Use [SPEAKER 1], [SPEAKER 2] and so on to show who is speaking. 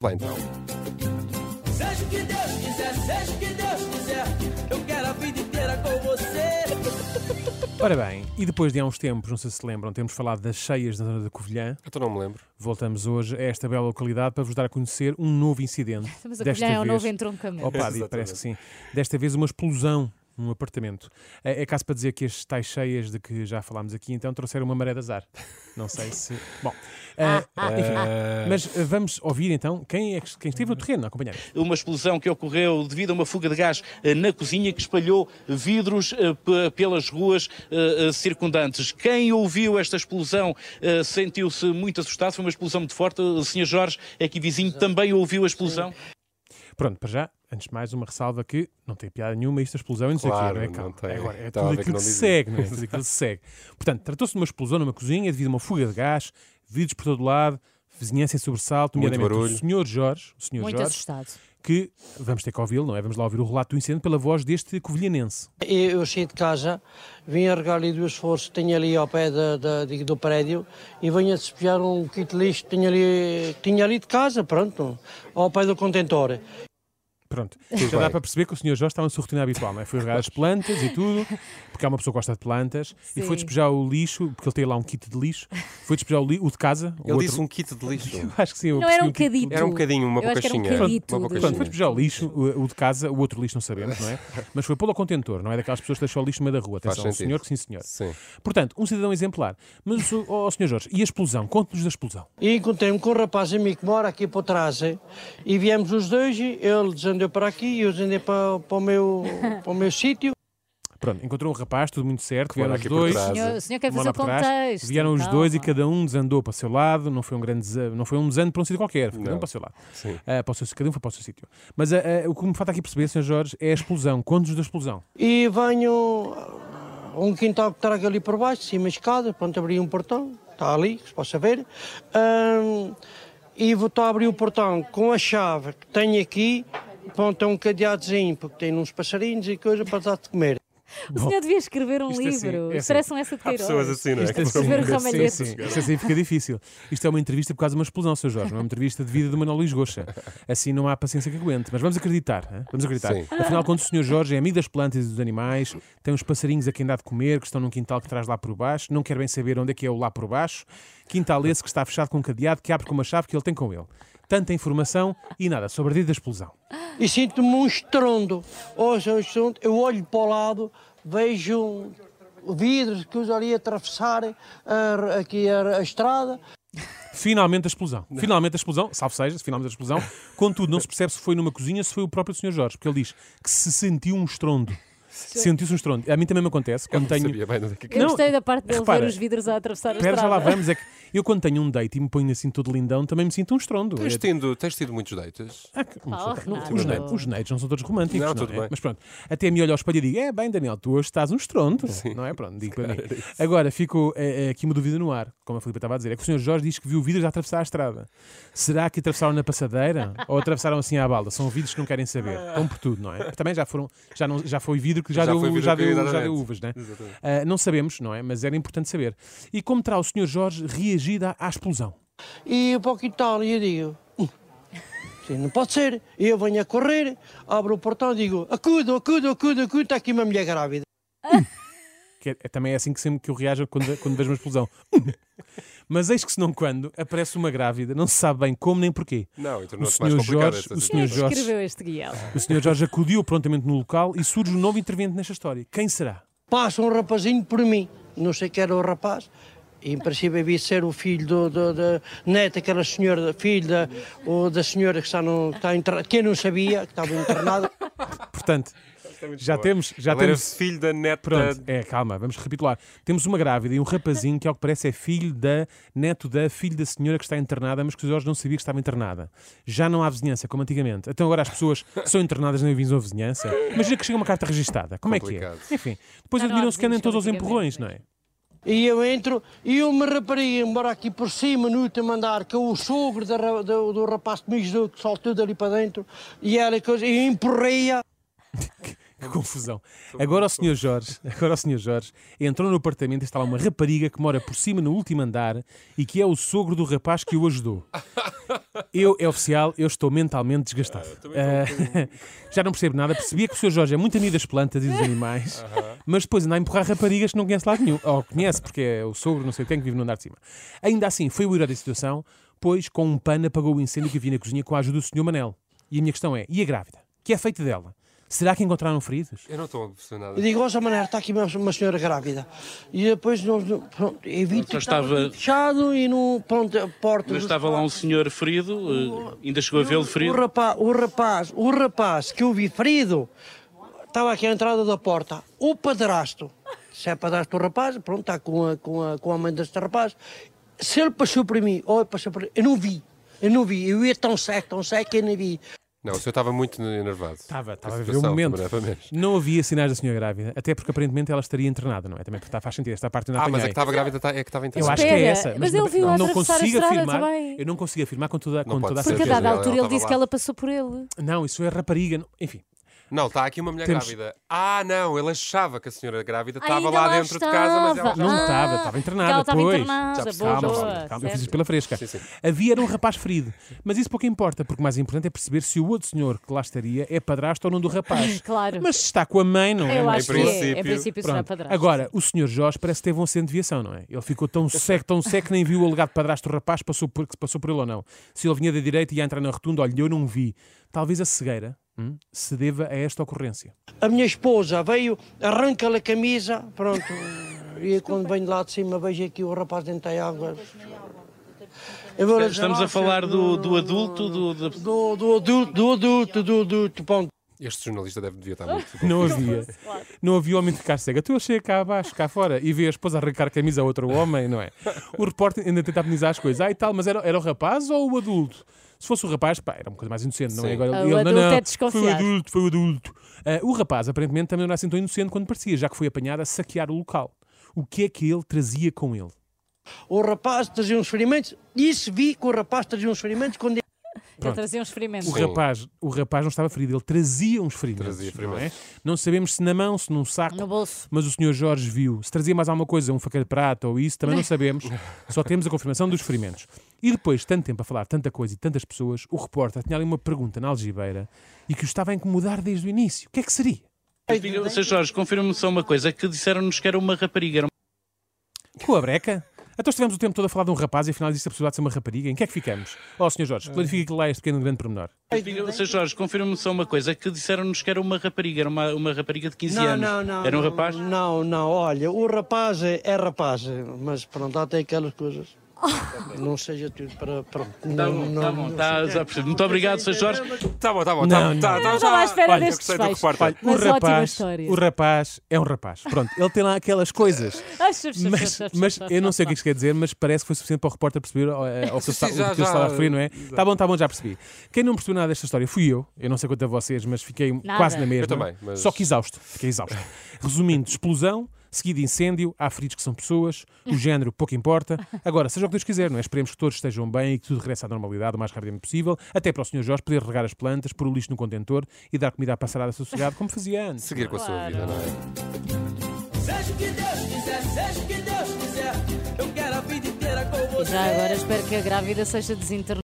[SPEAKER 1] Vai então.
[SPEAKER 2] Seja o que Deus quiser, seja o que Deus quiser, eu quero a vida inteira com você.
[SPEAKER 3] Ora bem, e depois de há uns tempos, não sei se se lembram, temos falado das cheias na zona da Covilhã.
[SPEAKER 1] Então não me lembro.
[SPEAKER 3] Voltamos hoje a esta bela localidade para vos dar a conhecer um novo incidente.
[SPEAKER 4] Mas a
[SPEAKER 3] Desta
[SPEAKER 4] colher é um
[SPEAKER 3] vez-
[SPEAKER 4] novo entroncamento.
[SPEAKER 3] Opa, Di, parece que sim. Desta vez uma explosão num apartamento. É, é caso para dizer que as tais cheias de que já falámos aqui, então trouxeram uma maré de azar. Não sei se... Bom, ah, enfim. Mas ah, vamos ouvir então quem, é que, quem esteve no terreno a acompanhar.
[SPEAKER 5] uma explosão que ocorreu devido a uma fuga de gás eh, na cozinha que espalhou vidros eh, pe- pelas ruas eh, eh, circundantes. Quem ouviu esta explosão eh, sentiu-se muito assustado, foi uma explosão muito forte. O Sr. Jorge, aqui vizinho, também ouviu a explosão.
[SPEAKER 3] Pronto, para já, antes de mais, uma ressalva que não tem piada nenhuma isto é explosão e não sei
[SPEAKER 1] Claro,
[SPEAKER 3] o quê, não é?
[SPEAKER 1] não
[SPEAKER 3] Calma.
[SPEAKER 1] tem.
[SPEAKER 3] É Agora, é
[SPEAKER 1] Estava a ver
[SPEAKER 3] tudo
[SPEAKER 1] que
[SPEAKER 3] aquilo
[SPEAKER 1] não
[SPEAKER 3] que, se
[SPEAKER 1] dizia.
[SPEAKER 3] segue, não é? Tudo aquilo que se segue. Portanto, tratou-se de uma explosão numa cozinha devido a uma fuga de gás, vidros por todo lado, vizinhança em sobressalto,
[SPEAKER 1] Muito
[SPEAKER 3] nomeadamente
[SPEAKER 1] barulho.
[SPEAKER 3] o senhor Jorge, o senhor
[SPEAKER 4] Muito
[SPEAKER 3] Jorge,
[SPEAKER 4] assustado.
[SPEAKER 3] que vamos ter que ouvi-lo, não é? Vamos lá ouvir o relato do incêndio pela voz deste covilhanense.
[SPEAKER 6] E Eu saí de casa, vim a regar ali do esforço que tinha ali ao pé da- da- de- do prédio e venho a despejar um kit de lixo que tinha ali, que tinha ali de casa, pronto, ao pé do contentor.
[SPEAKER 3] Pronto, já dá
[SPEAKER 1] bem.
[SPEAKER 3] para perceber que o senhor Jorge estava na sua rotina habitual, não é? Foi regar as plantas e tudo, porque há uma pessoa que gosta de plantas, e foi
[SPEAKER 4] Sim.
[SPEAKER 3] despejar o lixo, porque ele tem lá um kit de lixo, foi despejar o, li- o de casa, o
[SPEAKER 1] Ele
[SPEAKER 3] outro...
[SPEAKER 1] disse um kit de lixo.
[SPEAKER 3] Eu acho que sim, eu
[SPEAKER 4] Não era um
[SPEAKER 3] percebi o tipo- kit-
[SPEAKER 4] cadito.
[SPEAKER 1] Era um bocadinho, uma
[SPEAKER 4] Eu acho que era um
[SPEAKER 1] bocaxinha.
[SPEAKER 4] cadito
[SPEAKER 1] Uma
[SPEAKER 4] de-
[SPEAKER 3] Portanto,
[SPEAKER 1] bocaxinha.
[SPEAKER 3] foi despejar o lixo, o, o de casa, o outro lixo não sabemos, não é? Mas foi pô-lo ao contentor, não é daquelas pessoas que deixam o lixo no meio da rua.
[SPEAKER 1] Faz
[SPEAKER 3] Atenção, um
[SPEAKER 1] sentido.
[SPEAKER 3] senhor que sim, senhor.
[SPEAKER 1] Sim.
[SPEAKER 3] Portanto, um cidadão exemplar. Mas, o oh, senhor Jorge, e a explosão? Conte-nos da explosão.
[SPEAKER 6] E encontrei-me com um rapaz amigo que mora aqui por trás eh, e viemos os dois, e ele desandou para aqui e eu desandei para, para o meu, para o meu sítio.
[SPEAKER 3] Pronto, encontrou um rapaz, tudo muito certo,
[SPEAKER 1] mora
[SPEAKER 3] vieram os
[SPEAKER 1] aqui por
[SPEAKER 3] dois.
[SPEAKER 1] trás.
[SPEAKER 4] O senhor, o senhor quer
[SPEAKER 3] uma
[SPEAKER 4] fazer
[SPEAKER 3] lá
[SPEAKER 4] o
[SPEAKER 3] por trás,
[SPEAKER 4] contexto.
[SPEAKER 3] Vieram os
[SPEAKER 4] calma.
[SPEAKER 3] dois e cada um desandou para o seu lado, não foi um grande desa- não foi um desando para um sítio qualquer, foi cada um
[SPEAKER 1] Não.
[SPEAKER 3] para o seu lado.
[SPEAKER 1] Sim.
[SPEAKER 3] Ah, para o seu, cada um foi para o seu sítio. Mas ah, ah, o que me falta aqui perceber, senhor Jorge, é a explosão. Conte-nos da explosão.
[SPEAKER 6] E venho a um quintal que trago ali por baixo, de cima a escada, pronto, abri um portão, está ali, que se possa ver. Ahm, e vou estar a abrir o portão com a chave que tenho aqui, pronto, é um cadeadozinho, porque tem uns passarinhos e coisa para dar de comer.
[SPEAKER 4] O senhor devia escrever um
[SPEAKER 3] Isto é assim,
[SPEAKER 4] livro.
[SPEAKER 3] é assim.
[SPEAKER 4] Parece um essa de
[SPEAKER 1] Há
[SPEAKER 4] Queiroz.
[SPEAKER 1] pessoas assim, não é?
[SPEAKER 3] Isto
[SPEAKER 1] Que
[SPEAKER 3] assim,
[SPEAKER 1] são
[SPEAKER 4] Ver
[SPEAKER 1] muito-
[SPEAKER 4] ramalhetes.
[SPEAKER 3] sim, sim. Isto assim fica difícil. Isto é uma entrevista por causa de uma explosão, Sr. Jorge. Não é uma entrevista de vida do Manuel Luís Goxa. Assim não há paciência que aguente. Mas vamos acreditar. hã? Vamos acreditar.
[SPEAKER 1] Sim.
[SPEAKER 3] Afinal, quando o Sr. Jorge é amigo das plantas e dos animais, tem uns passarinhos a quem dá de comer, que estão num quintal que traz lá por baixo, não quer bem saber onde é que é o lá por baixo. Quintal esse que está fechado com um cadeado que abre com uma chave que ele tem com ele. Tanta informação e nada sobre a dia da explosão.
[SPEAKER 6] E sinto-me um estrondo. Ouça um estrondo, eu olho para o lado, vejo vidros que os ali atravessar ah, aqui a- a estrada.
[SPEAKER 3] Finalmente a explosão. Finalmente a explosão, salvo seja, finalmente a explosão. Contudo, não se percebe se foi numa cozinha, se foi o próprio Sr. Jorge, porque ele diz que se sentiu um estrondo. Sentiu-se um estrondo. A mim também me acontece.
[SPEAKER 1] Eu
[SPEAKER 3] Quando
[SPEAKER 1] não
[SPEAKER 3] tenho...
[SPEAKER 1] sabia bem onde é que-
[SPEAKER 4] Eu
[SPEAKER 3] Não,
[SPEAKER 4] gostei da parte dele
[SPEAKER 3] repara,
[SPEAKER 4] ver os vidros a atravessar a
[SPEAKER 3] Espera, já
[SPEAKER 4] estrada.
[SPEAKER 3] lá vamos. É que eu quando tenho um date e me ponho assim todo lindão, também me sinto um estrondo.
[SPEAKER 1] Tens
[SPEAKER 3] É-
[SPEAKER 1] tido, tens tido muitos dates?
[SPEAKER 3] Ah, que-
[SPEAKER 4] Oh,
[SPEAKER 3] não-
[SPEAKER 4] Renato.
[SPEAKER 3] os, ne- os neitos não são todos românticos,
[SPEAKER 1] Não,
[SPEAKER 3] não,
[SPEAKER 1] tudo
[SPEAKER 3] é?
[SPEAKER 1] bem.
[SPEAKER 3] Mas pronto, até me olho ao espelho e digo: É bem, Daniel, tu hoje estás um estrondo, não é? Pronto, digo para mim. Agora, fico eh, eh, aqui uma dúvida no ar, como a Filipe estava a dizer: é que o senhor Jorge diz que viu vidros a atravessar a estrada. Será que atravessaram na passadeira ou atravessaram assim à balda? São vidros que não querem saber, estão por tudo, não é? Também já foram, já, não, já foi vidro que já,
[SPEAKER 1] Já
[SPEAKER 3] deu,
[SPEAKER 1] foi vidro
[SPEAKER 3] já,
[SPEAKER 1] que-
[SPEAKER 3] deu, já
[SPEAKER 1] exatamente.
[SPEAKER 3] deu uvas, não é? Ah, não sabemos, não é? Mas era importante saber. E como terá o senhor Jorge reagido à, à explosão?
[SPEAKER 6] e eu para o quintal e eu digo, "Hum, sim, não pode ser. E eu venho a correr, abro o portão e digo, acudo, acudo, acudo, acudo, está aqui uma mulher grávida.
[SPEAKER 3] que é, é- também é assim que sempre que eu reajo quando, quando vejo uma explosão. Mas eis que se não quando aparece uma grávida, não se sabe bem como nem porquê.
[SPEAKER 1] Não, então
[SPEAKER 3] O
[SPEAKER 1] não é mais
[SPEAKER 3] senhor
[SPEAKER 1] complicado.
[SPEAKER 3] Jorge,
[SPEAKER 1] esta
[SPEAKER 3] o
[SPEAKER 4] Quem
[SPEAKER 3] senhor
[SPEAKER 4] é
[SPEAKER 1] situação.
[SPEAKER 4] que
[SPEAKER 3] Jorge-
[SPEAKER 4] escreveu este guião?
[SPEAKER 3] O senhor Jorge acudiu prontamente no local e surge um novo intervento nesta história. Quem será?
[SPEAKER 6] Passa um rapazinho por mim, não sei quem era o rapaz, e em princípio havia de ser o filho do, do, da neta, aquela senhora, filho da, ou da senhora que está, no, que está entra- que eu não sabia, que estava internada.
[SPEAKER 3] Portanto,
[SPEAKER 1] é
[SPEAKER 3] já temos, já
[SPEAKER 1] Ele era
[SPEAKER 3] temos.
[SPEAKER 1] filho da neta.
[SPEAKER 3] Pronto, é, calma, vamos recapitular. Temos uma grávida e um rapazinho que, ao que parece, é filho da neto da filha da senhora que está internada, mas que o Jorge não sabia que estava internada. Já não há vizinhança, como antigamente. Então agora as pessoas são internadas na vizinha vizinhança. Imagina que chega uma carta registada. Como é
[SPEAKER 1] Complicado.
[SPEAKER 3] que é? Enfim, depois
[SPEAKER 4] Já não há
[SPEAKER 3] admiram-se que andem
[SPEAKER 4] vizinhos
[SPEAKER 3] todos aos
[SPEAKER 4] como antigamente,
[SPEAKER 3] empurrões, não é?
[SPEAKER 6] E eu entro e uma rapariga, embora aqui por cima, no último andar, que é o sogro da ra- do, do rapaz que me ajudou, que saltou dali para dentro, e ela coisa, e empurrei-a.
[SPEAKER 3] Que
[SPEAKER 4] é.
[SPEAKER 3] confusão. Agora o senhor Jorge, agora o senhor Jorge entrou no apartamento e está lá uma rapariga que mora por cima no último andar e que é o sogro do rapaz que o ajudou. Eu, é oficial, eu estou mentalmente desgastado. Ah, já não percebo nada. Percebia que o senhor Jorge é muito amigo das plantas e dos animais, mas depois anda a empurrar raparigas que não conhece lado nenhum. Ou conhece, porque é o sogro, não sei quem, que vive no andar de cima. Ainda assim, foi o herói da situação, pois com um pano apagou o incêndio que havia na cozinha com a ajuda do senhor Manel. E a minha questão é, e a grávida? Que é feito dela? Será que encontraram feridos?
[SPEAKER 1] Eu não estou a perceber nada.
[SPEAKER 6] Eu digo, ó, Mané, está aqui uma, uma senhora grávida. E depois, não, não- pronto, evito.
[SPEAKER 5] Então estava-
[SPEAKER 6] tudo fechado e não. Pronto, a porta.
[SPEAKER 5] Mas
[SPEAKER 6] do-
[SPEAKER 5] estava lá um senhor ferido, eh, ainda chegou a vê-lo
[SPEAKER 6] O
[SPEAKER 5] ferido.
[SPEAKER 6] rapaz, o rapaz, o rapaz que eu vi ferido estava aqui à entrada da porta. O padrasto, se é padrasto do rapaz, pronto, está com a, com, a, com a mãe deste rapaz. Se ele passou por mim, ou eu passou por eu não vi. Eu não vi, eu ia tão seco, tão seco que eu não vi.
[SPEAKER 1] Não, o senhor estava muito enervado.
[SPEAKER 3] Estava, estava a
[SPEAKER 1] Com
[SPEAKER 3] viver um
[SPEAKER 1] situação,
[SPEAKER 3] momento.
[SPEAKER 1] também não é para menos.
[SPEAKER 3] Não havia sinais da senhora grávida, até porque aparentemente ela estaria internada, não é? Também porque faz sentido, esta parte eu não
[SPEAKER 1] Ah, mas a
[SPEAKER 3] apanhei.
[SPEAKER 1] que estava grávida tá- é que estava
[SPEAKER 3] Eu
[SPEAKER 1] interessante.
[SPEAKER 3] acho que é
[SPEAKER 4] Espera,
[SPEAKER 3] essa.
[SPEAKER 4] mas ele viu-a
[SPEAKER 3] não
[SPEAKER 4] atravessar a
[SPEAKER 3] consigo
[SPEAKER 4] estrada
[SPEAKER 3] afirmar.
[SPEAKER 4] também.
[SPEAKER 3] Eu não consigo afirmar com toda, com
[SPEAKER 1] pode
[SPEAKER 3] toda a
[SPEAKER 1] ser.
[SPEAKER 4] Porque a
[SPEAKER 3] certeza.
[SPEAKER 4] dada
[SPEAKER 1] Ela-
[SPEAKER 4] altura
[SPEAKER 1] ela
[SPEAKER 4] ele disse
[SPEAKER 1] tava
[SPEAKER 4] que
[SPEAKER 1] lá.
[SPEAKER 4] ela passou por ele.
[SPEAKER 3] Não, isso é rapariga. não- Enfim,
[SPEAKER 1] Não, está aqui uma mulher
[SPEAKER 3] Temos-
[SPEAKER 1] grávida. Ah, não, ele achava que a senhora grávida
[SPEAKER 4] Ainda
[SPEAKER 1] estava lá dentro de casa, mas ela já
[SPEAKER 3] não
[SPEAKER 4] Ah,
[SPEAKER 3] estava, estava internada.
[SPEAKER 4] ela estava
[SPEAKER 3] pois.
[SPEAKER 4] internada,
[SPEAKER 3] Já percebi.
[SPEAKER 4] boa,
[SPEAKER 3] calma,
[SPEAKER 4] boa,
[SPEAKER 3] calma, calma, eu fiz
[SPEAKER 4] certo.
[SPEAKER 3] isto pela fresca.
[SPEAKER 1] Sim, sim.
[SPEAKER 3] Havia era um rapaz ferido, mas isso pouco importa, porque o mais importante é perceber se o outro senhor que lá estaria é padrasto ou não do rapaz.
[SPEAKER 4] Claro.
[SPEAKER 3] Mas se está com a mãe, não é?
[SPEAKER 4] Eu
[SPEAKER 3] Não é?
[SPEAKER 4] acho que é. Em
[SPEAKER 1] princípio-
[SPEAKER 4] princípio será
[SPEAKER 3] Pronto.
[SPEAKER 4] padrasto.
[SPEAKER 3] Agora, o senhor Jorge parece que teve um acidente de viação, não é? Ele ficou tão seco, tão seco, que nem viu o alegado padrasto do rapaz passou por, que passou por ele ou não. Se ele vinha da direita e ia entrar na rotunda, olha, eu não vi. Talvez a cegueira hum, se deva a esta ocorrência.
[SPEAKER 6] A minha esposa veio, arranca-lhe a camisa, pronto. E quando venho lá de cima, vejo aqui o rapaz dentro da água. Eu vou lhe dizer,
[SPEAKER 5] Estamos
[SPEAKER 6] "Ah,
[SPEAKER 5] a falar
[SPEAKER 6] senhor,
[SPEAKER 5] do,
[SPEAKER 6] não,
[SPEAKER 5] do
[SPEAKER 6] não,
[SPEAKER 5] adulto, do, da-
[SPEAKER 6] Do, do adulto, do adulto, do adulto, ponto.
[SPEAKER 1] Este jornalista deve, devia estar muito.
[SPEAKER 3] Não havia. Não havia homem de ficar cego. Tu achei cá abaixo, cá fora, e vê a esposa arrancar a camisa a outro homem, não é? O repórter ainda tenta amenizar as coisas. Ah, e tal, mas era, era o rapaz ou o adulto? Se fosse o rapaz, pá, era uma coisa mais inocente, não é?
[SPEAKER 1] Sim.
[SPEAKER 3] Agora,
[SPEAKER 4] Ah, o
[SPEAKER 3] ele, não,
[SPEAKER 4] adulto
[SPEAKER 3] não,
[SPEAKER 4] é
[SPEAKER 3] Foi o
[SPEAKER 4] desconfiado.
[SPEAKER 3] adulto, foi o adulto. Ah, o rapaz, aparentemente, também não era assim tão inocente quando parecia, já que foi apanhado a saquear o local. O que é que ele trazia com ele?
[SPEAKER 6] O rapaz trazia uns ferimentos, isso vi que o rapaz trazia uns ferimentos quando ele
[SPEAKER 4] Ele trazia uns ferimentos.
[SPEAKER 3] O
[SPEAKER 1] Sim.
[SPEAKER 3] rapaz, o rapaz não estava ferido, ele trazia uns ferimentos.
[SPEAKER 1] Trazia
[SPEAKER 3] não, é?
[SPEAKER 1] ferimentos.
[SPEAKER 3] não sabemos se na mão, se num saco.
[SPEAKER 4] No bolso.
[SPEAKER 3] Mas o senhor Jorge viu. Se trazia mais alguma coisa, um faca de prata ou isso, também não sabemos. Só temos a confirmação dos ferimentos. E depois, de tanto tempo a falar, tanta coisa e tantas pessoas, o repórter tinha ali uma pergunta na algibeira e que o estava a incomodar desde o início. O que é que seria?
[SPEAKER 5] Diga, Sr. Jorge, confirma-me só uma coisa, que disseram-nos que era uma rapariga. Era uma-
[SPEAKER 3] Com a breca? Então estivemos o tempo todo a falar de um rapaz e afinal disse a possibilidade de ser uma rapariga. Em que é que ficamos? Ó, senhor Jorge, clarifique lá este pequeno grande pormenor.
[SPEAKER 5] Diga, Sr. Jorge, confirma-me só uma coisa, que disseram-nos que era uma rapariga, era uma, uma rapariga de 15
[SPEAKER 6] Não,
[SPEAKER 5] anos.
[SPEAKER 6] não, não.
[SPEAKER 5] era um rapaz?
[SPEAKER 6] Não, não, olha, o rapaz é, é rapaz, mas pronto, lá tem aquelas coisas. Não seja tudo para. para
[SPEAKER 5] Tá
[SPEAKER 6] não,
[SPEAKER 5] bom,
[SPEAKER 6] não,
[SPEAKER 5] tá bom,
[SPEAKER 6] não
[SPEAKER 5] tá,
[SPEAKER 6] seja.
[SPEAKER 5] já percebi. Muito obrigado, Sr. Jorge.
[SPEAKER 1] Tá bom, tá bom.
[SPEAKER 3] Não,
[SPEAKER 1] Tá,
[SPEAKER 3] não.
[SPEAKER 1] tá,
[SPEAKER 4] Eu
[SPEAKER 1] tá,
[SPEAKER 4] não estava à espera
[SPEAKER 1] Olha, eu
[SPEAKER 4] deste
[SPEAKER 1] gostei do
[SPEAKER 4] desfecho.
[SPEAKER 1] repórter.
[SPEAKER 3] O
[SPEAKER 4] Mas é ótima
[SPEAKER 3] rapaz,
[SPEAKER 4] história.
[SPEAKER 3] o rapaz é um rapaz. Pronto, ele tem lá aquelas coisas.
[SPEAKER 4] Ah, xuxa, xuxa,
[SPEAKER 3] mas,
[SPEAKER 4] xuxa,
[SPEAKER 3] mas
[SPEAKER 4] xuxa,
[SPEAKER 3] eu não
[SPEAKER 4] xuxa.
[SPEAKER 3] sei o que isto quer dizer, mas parece que foi suficiente para o repórter perceber eh, ao que ele está- o
[SPEAKER 1] Sim,
[SPEAKER 3] que
[SPEAKER 1] já,
[SPEAKER 3] ele estava
[SPEAKER 1] já.
[SPEAKER 3] a referir, não é? Tá bom, tá bom, já percebi. Quem não percebeu nada desta história fui eu. Eu não sei quanto a vocês, mas fiquei quase na mesma.
[SPEAKER 1] Eu também, mas-
[SPEAKER 3] Só que exausto. Fiquei exausto. Resumindo, explosão, seguido de incêndio, há feridos que são pessoas, o género pouco importa. Agora, seja o que Deus quiser, não é? Esperemos que todos estejam bem e que tudo regresse à normalidade o mais rapidamente possível, até para o Sr. Jorge poder regar as plantas, pôr o lixo no contentor e dar comida à passarada sossegado, como fazia antes.
[SPEAKER 1] Seguir com a sua vida, não é?
[SPEAKER 2] Seja o que Deus quiser, seja o que Deus quiser, eu quero a vida inteira com você.
[SPEAKER 3] é
[SPEAKER 4] é Já agora espero que a grávida seja desinter